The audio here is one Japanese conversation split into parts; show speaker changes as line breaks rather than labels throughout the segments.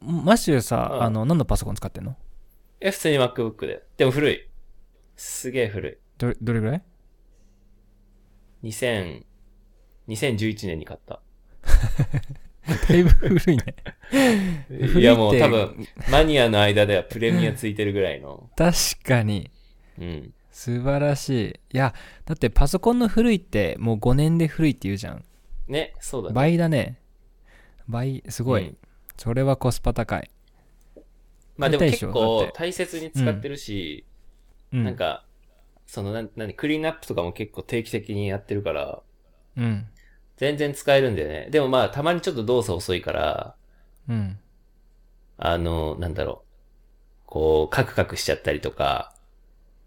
マシューさ、
うん
あの、何のパソコン使ってんの
え、普通に MacBook で。でも古い。すげえ古
どれ、どれぐらい
い。2000、2011年に買った。
だいぶ古いね。古いって
いやもう多分、マニアの間ではプレミアついてるぐらいの。
確かに。
うん。
素晴らしい。いや、だってパソコンの古いってもう5年で古いって言うじゃん。
ね、そうだね。
倍だね。倍、すごい。
うん
それはコスパ高い。
まあでも
買いたいでし
結
ょだっ
構
て
大切に使ってるし、
うん。
なんか、その、なん、なんでクリーンアップとかも結構定期的にやってるから、
うん。
全然使えるんだよね。でもまあ、たまにちょっと動作遅いから、
うん。
あの、なんだろう。こう、カクカクしちゃったりとか、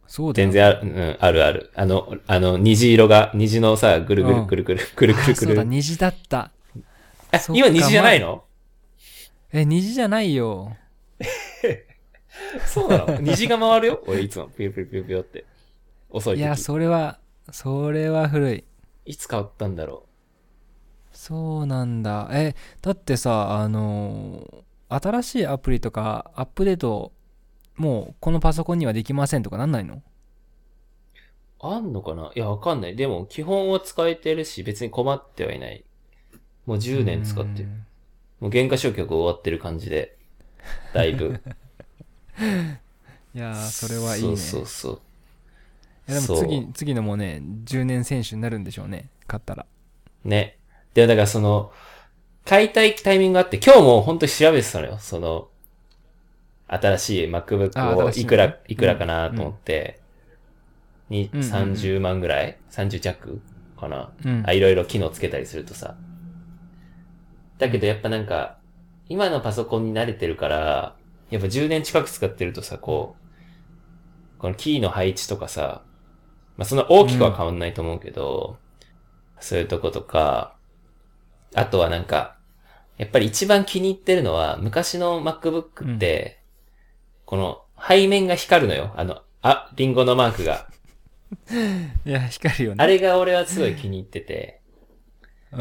そうだよ
全然ある、うん、あるある。あの、あの、虹色が、虹のさ、ぐるぐ
う
る
ん
ぐるぐる、ぐるぐ
あ
るぐ
そうだ、
る。
虹だった。
え
そっか
今虹じゃないの
え、虹じゃないよ。
そうなの虹が回るよ俺いつも、ピュピュピュピュって。遅い
い
時。
や、それは、それは古い。
いつ変わったんだろ
そうなんだ。え、だってさ、あのー新しいアプリとかアップデート、もうこのパソコンにはできませんとかなんないの
う。あんのかないや、わかんない。でも、基本は使えてるし、別に困ってはいない。もう10年使って
う
る。
ん
もう原価償却終わってる感じで、だ いぶ。
いやー、それはいいね。
そうそうそう。
いやでも
そう
次、次のもうね、10年選手になるんでしょうね。勝ったら。
ね。で、だからその、買いたいタイミングがあって、今日も本当に調べてたのよ。その、新しい
あ
MacBook を
新しいね
いくら、
うん
いくらかなと思って、に、
うんうんうん
30万ぐらい ?30 弱かな、
うん
あ、いろいろ機能つけたりするとさ。だけどやっぱなんか、今のパソコンに慣れてるから、やっぱ10年近く使ってるとさ、こう、このキーの配置とかさ、まあそんな大きくは変わんないと思うけど、そういうとことか、あとはなんか、やっぱり一番気に入ってるのは、昔の MacBook って、この背面が光るのよ。あの、あ、リンゴのマークが。
いや、光るよね。
あれが俺はすごい気に入ってて、
う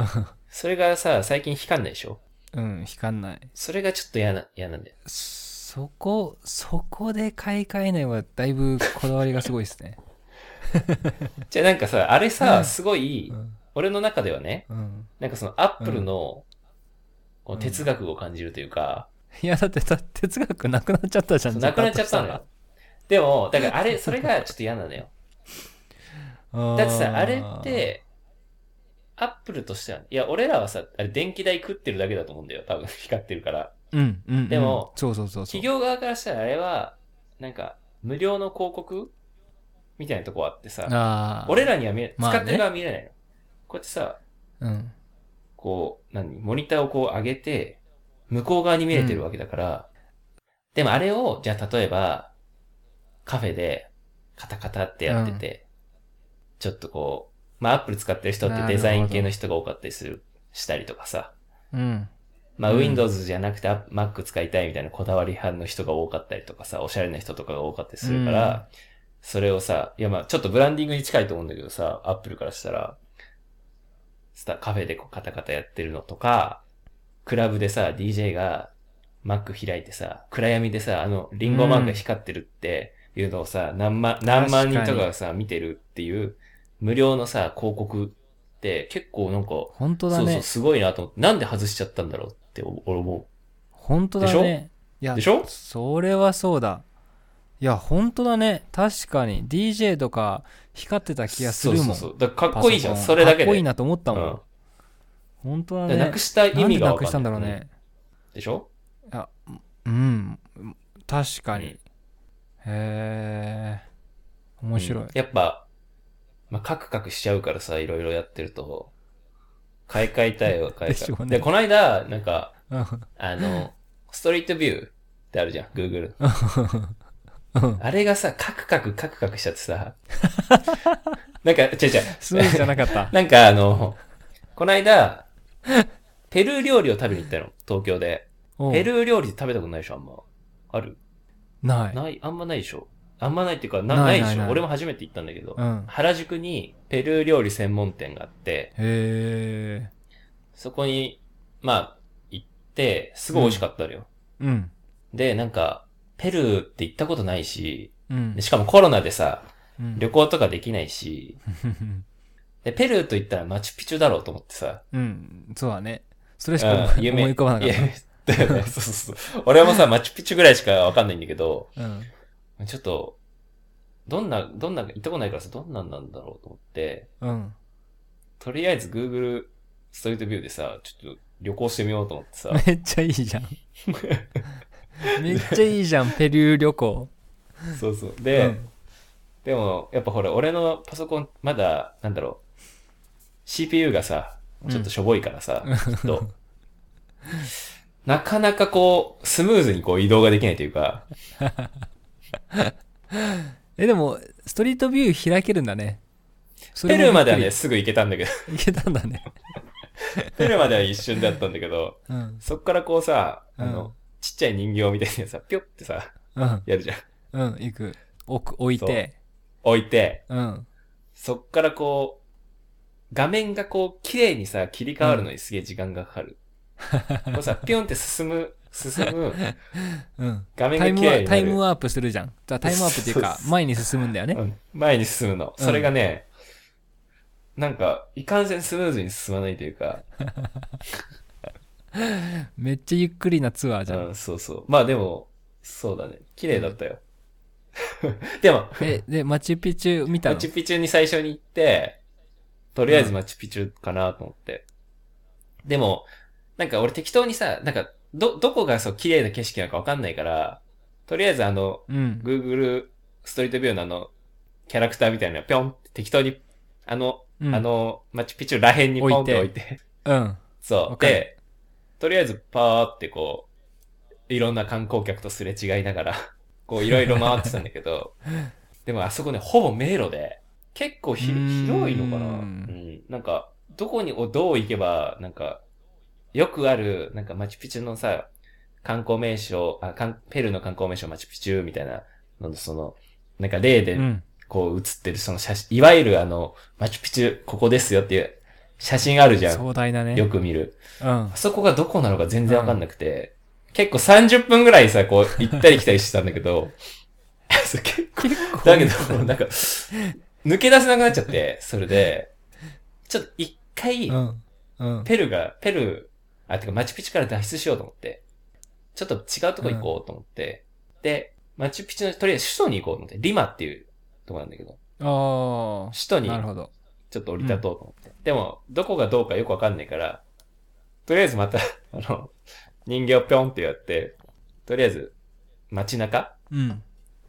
それがさ、最近光んないでしょ
ん、光んない。
それがちょっと嫌な、嫌なんだよ。
そこ、そこで買い替えないは、だいぶこだわりがすごいです ね。
じゃあなんかさ、あれ
う
さ、
ん
すごい、
うん。
俺の中ではね、
うん。
なんかそのアップルの、この哲学を感じるというか、
いや、だって、だ哲学なくなっちゃったじゃん。
なくなっちゃったんだ。でも、だからあれ、それがちょっと嫌なのよ。
だ
だってさ、あれっ、て、アップルとしては、いや、俺らはさ、あれ電気代食ってるだけだと思うんだよ。多分光ってるから。
うん、うんうん。
でも
そうそうそうそう。
企業側からしたらあれは、なんか、無料の広告みたいなとこあってさ、
ああ。
俺らには見え、
まあね
使ってる側は見えないの。こうやってさ、
うん。
こう、何、モニターをこう上げて、向こう側に見えてるわけだから、でもあれを、じゃあ例えば、カフェで、カタカタってやってて、ちょっとこう、まあ、アップル使ってる人ってデザイン系の人が多かったりする、したりとかさ、
うん。
まあ、
うん
Windows じゃなくてアップ Mac 使いたいみたいなこだわり派の人が多かったりとかさ、おしゃれな人とかが多かったりするから、それをさ、いやまあ、ちょっとブランディングに近いと思うんだけどさ、Apple からしたら、スタカフェでこうカタカタやってるのとか、クラブでさ、DJ が Mac 開いてさ、暗闇でさ、あの、リンゴマークが光ってるっていうのをさ、何万、何万人とかがさ、見てるっていう、無料のさ、広告って結構なんか、
本当だ
そうそう、
ね。
すごいなと思って、なんで外しちゃったんだろうってお俺思
本当だね。いや
う。でしょ
それはそうだ。いや、本当だね。確かに。DJ とか光ってた気がするもん。
そうそうそう。だからかっこいいじゃん、それだけで。
かっこいいなと思ったもん。
うん
本当だ
だ
ね。
からなくした意味が
なんでな
わかんない
くしたんだろうね。
でしょ
うん。確かに。
うん
へえ。面白い。
うんやっぱ、まあ、カクカクしちゃうからさ、いろいろやってると、買い替えたいわ、買い
でし
替
ょ
え
うね
で、この間、なんか、
うん。
あの、ストリートビューってあるじゃん、Google。
うん
あれがさ、カクカクカクカクしちゃってさ、なんか、違う違う、
スムーズじゃなか った。
なんかあの、この間、ペルー料理を食べに行ったの、東京で。
おう
ペルー料理って食べたことないでしょ、あんま。ある
ない。
ない、あんまないでしょ。あんまないっていうか、な
な
ないいでし
ない
ょ。
ない
俺も初めて行ったんだけど
う、ん。
原宿にペルー料理専門店があって、
へえ。
そこに、まあ、行って、すごい美味しかったのよ。
うん。
で、なんか、ペルーって行ったことないし、
うん
で。しかもコロナでさ、
うん
旅行とかできないし、
うん
で、ペルーと言ったらマチュピチュだろうと思ってさ。
うん。そうだね。それしか
うん
思い思い浮かばなかっ
いや だよねそうそうそう。俺もさ、マチュピチュぐらいしかわかんないんだけど、
た。うん。
ちょっと、どんな、どんな、行ったことないからさ、どんなんなんだろうと思って、
うん。
とりあえず Google ストリートビューでさ、ちょっと旅行してみようと思って さ、
めっちゃいいじゃん。めっちゃいいじゃん、ペルー旅行。
そうそう。
う
で、
ん。
でも、やっぱほら、俺のパソコン、まだ、なんだろう、CPU がさ、ちょっとしょぼいからさ、ちょっと、なかなかこう、スムーズにこう移動ができないというか、
え、でも、ストリートビュー開けるんだね。それ
ペ
も
ルーまでは
び
ね、
っく
すぐ行けたんだけど、
り。いけたんだ ね。
ペルーまでは一瞬だったんだけど、
うん。
そっからこうさ、あ
う
の
ん、
ちっちゃい人形みたいにさ、ぴょってさ、
うん。
やるじゃん。
うん、行く。置く、置いて。
置いて、
うん。
そっからこう、画面がこう、綺麗にさ、切り替わるのにすげえ時間が かかる。こうさ、ぴょんって進む、進む、
うん。
画面
タ
が
イ
綺
ムワ
麗になる。
タイムワープするじゃん。じゃあタイムワープっていう
そう
か
そ、う
前に進むんだよね。
うん前に進むの。
うん
それがね、なんか、いかんせんスムーズに進まないというか、
めっちゃゆっくりなツアーじゃん。
うん、そうそう。まあでも、そうだね。綺麗だったよ。 でも、
え、で、マチュピチュ見た
マ
の
チュピチュに最初に行って、とりあえずマチュピチュかなと思って。でも、なんか俺適当にさ、なんか、ど、どこがそう綺麗な景色なのかわかんないから、とりあえずあの、
うん。
Google ストリートビューのあの、キャラクターみたいなのぴょんって適当に、あの、
うん
あ、の、マチュピチュらへんにポンって
置
置
い
いて。
うん。
そ
わ
う。
かる
で、とりあえずパーってこう、いろんな観光客とすれ違いながら、 こういろいろ回ってたんだけど、 でもあそこね、ほぼ迷路で、結構ひ
うーん
広いのかなうん。なんか、どこに、おどう行けば、なんか、よくある、なんかマチュピチュのさ、観光名所、あ、かんペルーの観光名所マチュピチュみたいなのの、その、なんか例で
うん。
こう写ってるその写真、いわゆるあの、マチュピチュここですよっていう写真あるじゃん。
壮大だね。
よく見る。
うん
あ。そこがどこなのか全然わかんなくて、結構30分ぐらいさ、こ う、行ったり来たりしてたんだけど、そう結構、
結構。
だけど、なんか、抜け出せなくなっちゃって、それで、ちょっと一回、
うん。うん。
ペルが、ペルー、あ、てかマチュピチュから脱出しようと思って、ちょっと違うとこ行こうと思って、で、マチュピチュの、とりあえず首都に行こうと思って、リマっていうとこなんだけど、
あ
首都
あ。
に
なるほど。
ちょっと降り立とうと思って。でも、どこがどうかよくわかんないから、とりあえずまた、 あの、人形をぴょんってやって、とりあえず、街中
うん。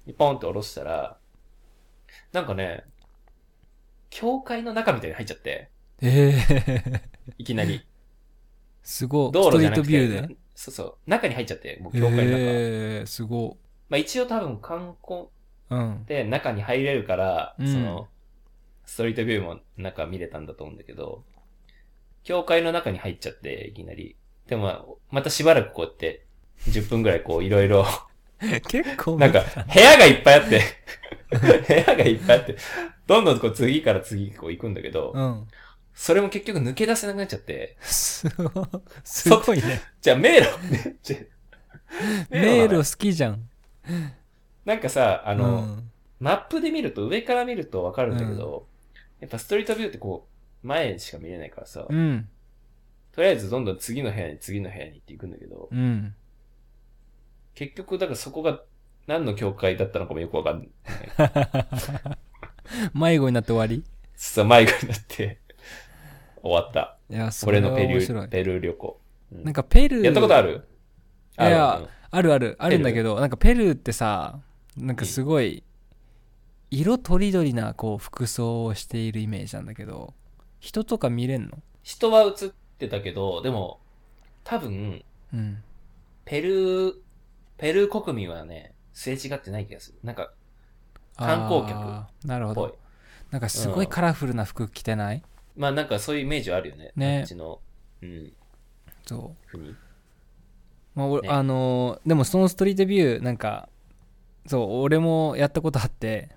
にポンって下ろしたら、なんかね、教会の中みたいに入っちゃって、
ええ。
いきなり。
すごい。
道
ス
路
ト
じ
リー
ゃなく
ト
て。
ビューで。
そうそう。中に入っちゃって、もう教会の中。
ええ、すご
まあ一応多分観光
い。うん。
で中に入れるから、
うん
その、ストリートビューも中見れたんだと思うんだけど、教会の中に入っちゃって、いきなり。でもまあ、またしばらくこうやって、10分ぐらいこういろい ろ、
結構。
なんか、部屋がいっぱいあ って、部屋がいっぱいあって、どんどんこう次から次にこう行くんだけど、
うん。
それも結局抜け出せなくなっちゃって、
すごい。すごいね。
じゃあ迷路、 ねじゃあ
迷
なの
路好きじゃん。
なんかさ、あ
あ
の、マップで見ると、上から見るとわかるんだけど、やっぱストリートビューってこう、前しか見れないからさ、
うん。
とりあえずどんどん次の部屋に次の部屋にって行くんだけど、
うん。
結局だからそこが何の教会だったのかもよくわかんない。
迷子になって終わり
さ、迷子になって、 終わった。
いや、それ
俺
は
のペル
面白い
ー、。ペルー旅行。うん
なんかペルー。
やったことある
いやいや
ある
あるある、あるんだけど、なんかペルーってさ、なんかすごい、色とりどりなこう服装をしているイメージなんだけど、人とか見れんの
人は映ってたけど、でも、多分、
うん。
ペルー、ペルー国民はね、すれ違ってない気がする。なんか、観光客
あー。なるほ
ぽい
ど。。なんかすごいカラフルな服着てない
まあなんかそういうイメージはあるよね。
ね
あっちの、うん、
そう。
国。
まあ、俺、
ね
あのーでもそのストリートビュー、なんか、そう、俺もやったことあって、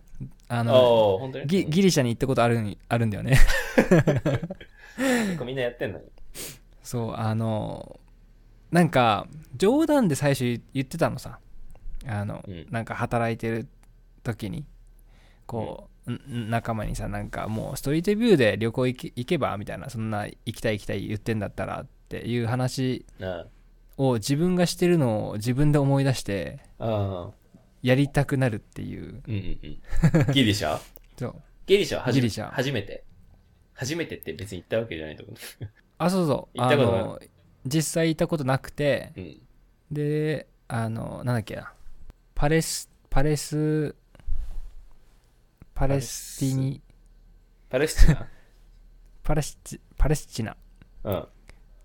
あ
ああ
の、
ー、本当に
ギギリシャに行ったことあるんあるんだよね。
結構みんなやってんのよ。
そう、あの、なんか冗談で最初言ってたのさあの、
うん
なんか働いてる時にこう、んん仲間にさなんかもうストリートビューで旅行行け行けばみたいなそんな行きたい行きたい言ってんだったらっていう話
あ
を自分がしてるのを自分で思い出して
あ
やりたくなるっていう
ー、うんうんうん。ギリシャ
そう
ギリシャは初め
ギリシャ
初めて。初めてって別に行ったわけじゃないと思
あそうそう
行ったことない
あの実際行ったことなくて
う。うん。
であのなんだっけなパレスパレスパレスティニ
パレスチナ
パレスチパレスチナ
うん。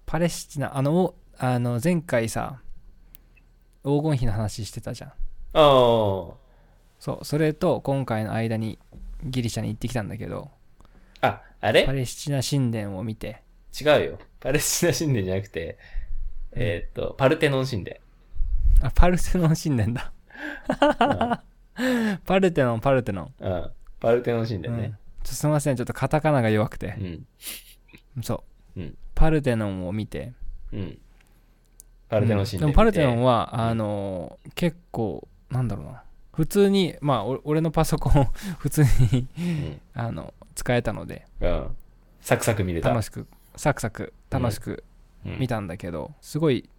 パレスチナあのおあの前回さ黄金比の話してたじゃん
ああ。
そうそれと今回の間にギリシャに行ってきたんだけど
あ、あ
パ
れ
レスチナ神殿を見て
違うよ。パレスチナ神殿じゃなくて、えーっと、パルテノン神殿。
あパルテノン神殿だ パルテノンパルテノン、
うん。パルテノン神
う
殿
ん
ね。
ちょすいませんちょっとカタカナが弱くて
う、ん。
そう、
うん
パルテノンを見て
うん。パルテノン神殿見て。
うんでもパルテノン
は、
は、あのー結構なんだろうな普通にまあお俺のパソコン 普通に
うん。
あの使えたので
うん。サクサク見れた。
楽しくサクサク楽しく
うん
見たんだけど、すごい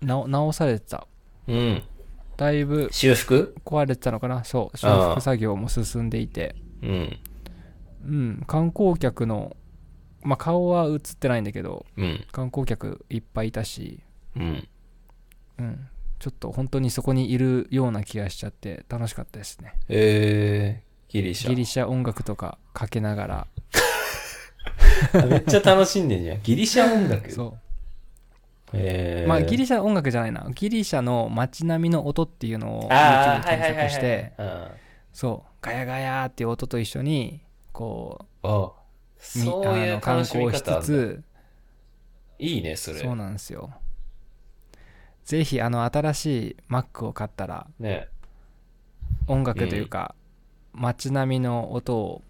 なお直されてた
うん。
だいぶ
修復
壊れてたのかなそう修復作業も進んでいて
うん。
うん観光客のまあ顔は映ってないんだけど
うん。
観光客いっぱいいたし
うん。
うんちょっと本当にそこにいるような気がしちゃって楽しかったですね
えー、ギリシャ。
ギリシャ音楽とかかけながら
あめっちゃ楽しんでんじゃん。ギリシャ音楽。
そ
え
う
ー、
まあギリシャ音楽じゃないなギリシャの街並みの音っていうのを YouTube
あ
で
あ、はいはい
検
はい、はい。
索して
うん。
そうガヤガヤっていう音と一緒にこ
あ
うみ
そういう
あの観
楽しみ
光し
方あ
つ
んだ
つ
いいね、それ。
そうなんですよぜひあの新しい Mac を買ったら
ね。
音楽というか、街並みの音を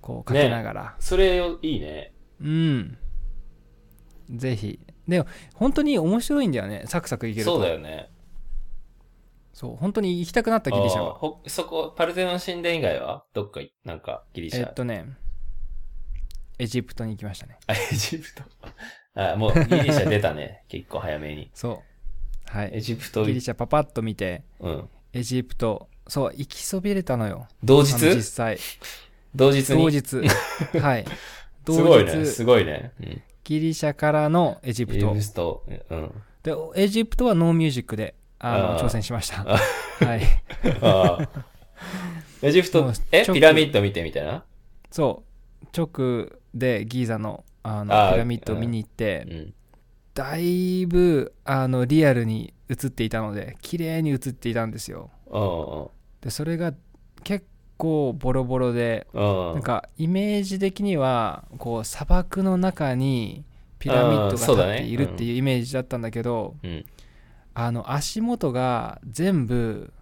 こうかけながら、
それを、いいね。
うんぜひでも本当に面白いんだよねサクサクいけると
そうだよね。
そう、本当に行きたくなったギリシャ
あー
は。
ほそこ、パルテノン神殿以外はどっか、なんか、ギリシ
え
ャ。
っとね、エジプトに行きましたね。
あ、エジプト。 あ、もうギリシャ出た ね。結構早めに。
そう。は
エ
い。
ジプト
ギ、リシャパパッと見て、
うん。
エジプト、そう、行きそびれたのよ。
同
あの実
日
際。
同日
同
に。
日。 はい。同
す
日、
ごいね。すごいね。うん。
ギリシャからのエジプ
エ
ト
ジ。プト。うん。
で、エジプトはノーミュージックで、あの、
あー
挑戦しました。はい。
あ あ。エジプ
も
ト
う、
え
直
ピラミッド見てみたいな
そう、直でギーザの、あの、
あー
ピラミッドを見に行って
う、ん。
だいぶあのリアルに映っていたので綺麗に映っていたんですよ
うん
でそれが結構ボロボロで
うん。う
なん
ん。
かイメージ的にはこう砂漠の中にピラミッド
あー
が立
そうだ
っ
ね
ているっていうイメージだったんだけど
うん。
あの足元が全部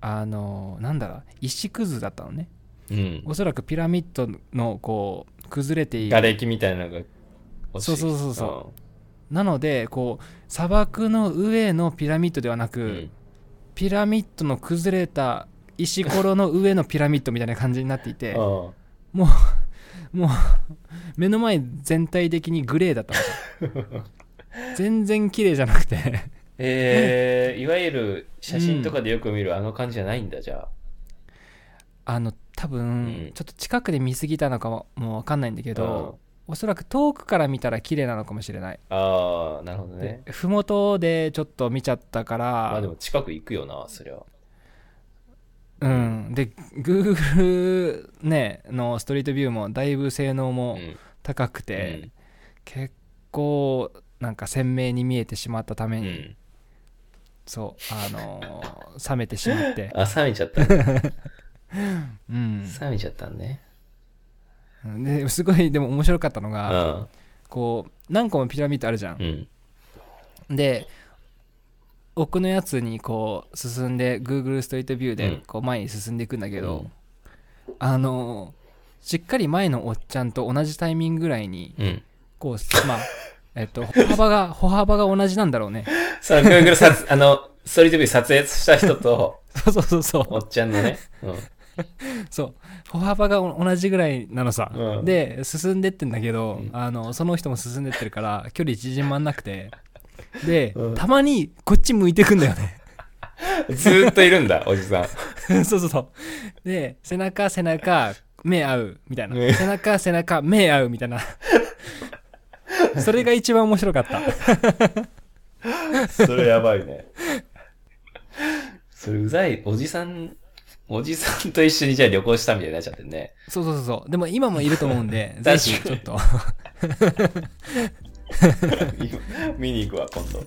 あのなんだろう石くずだったのね
うん。
おそらくピラミッドのこう崩れている
瓦礫みたいなのが落ちてきて
そうそうそうそなのでこう砂漠の上のピラミッドではなく、
うんうん。
ピラミッドの崩れた石ころの上のピラミッドみたいな感じになっていて
うん
もう目の前全体的にグレーだったの全然綺麗じゃなくて
えー、いわゆる写真とかでよく見るあの感じじゃないんだ、じゃあ。
あの多分、
うん
ちょっと近くで見過ぎたのかももう分かんないんだけ
うん
ど、おそらく遠くから見たら綺麗なのかもしれない、
ああ、なるほどね。
で麓でちょっと見ちゃったから、
まあでも近く行くよな、そりゃ。
うん、で Google、ね、のストリートビューもだいぶ性能
う
も
ん。
高くて、
うん
結構なんか鮮明に見えてしまったために、そうあのー 冷めてしまって
あ、冷めちゃったね。
うん
冷めちゃったね。
ですごいでも面白かったの
う
が、
ん。
こう何個もピラミッドあるじゃん
う、ん。
で奥のやつにこう進んで Google ストリートビュー
う
で
ん
こう前に進んでいくんだけど、
うん
あのーしっかり前のおっちゃんと同じタイミングぐらいに
うん。
こうまあえっと、歩幅が、歩幅が同じなんだろうね。
その Google 撮、 あの、ストリートビュー撮影した人と、
そうそうそうそう。
おっちゃんのね、うん。
そう歩幅がお同じぐらいなのさ、
うん
で進んでってんだけど、
うん
あのその人も進んでってるから 距離縮まんなくてで、
うん
たまにこっち向いてくんだよね
ずーっといるんだ、おじさん。
そうそうそうで背中背中目合うみたいな、
ね
背中背中目合うみたい なそれが一番面白かった
それやばいね。それうざい、おじさん、おじさんと一緒にじゃあ旅行したみたいになっちゃってるね。
そうそうそうそうでも今もいると思うんで
確か
ぜ
に
ひちょっと
今見に行くわ、今度。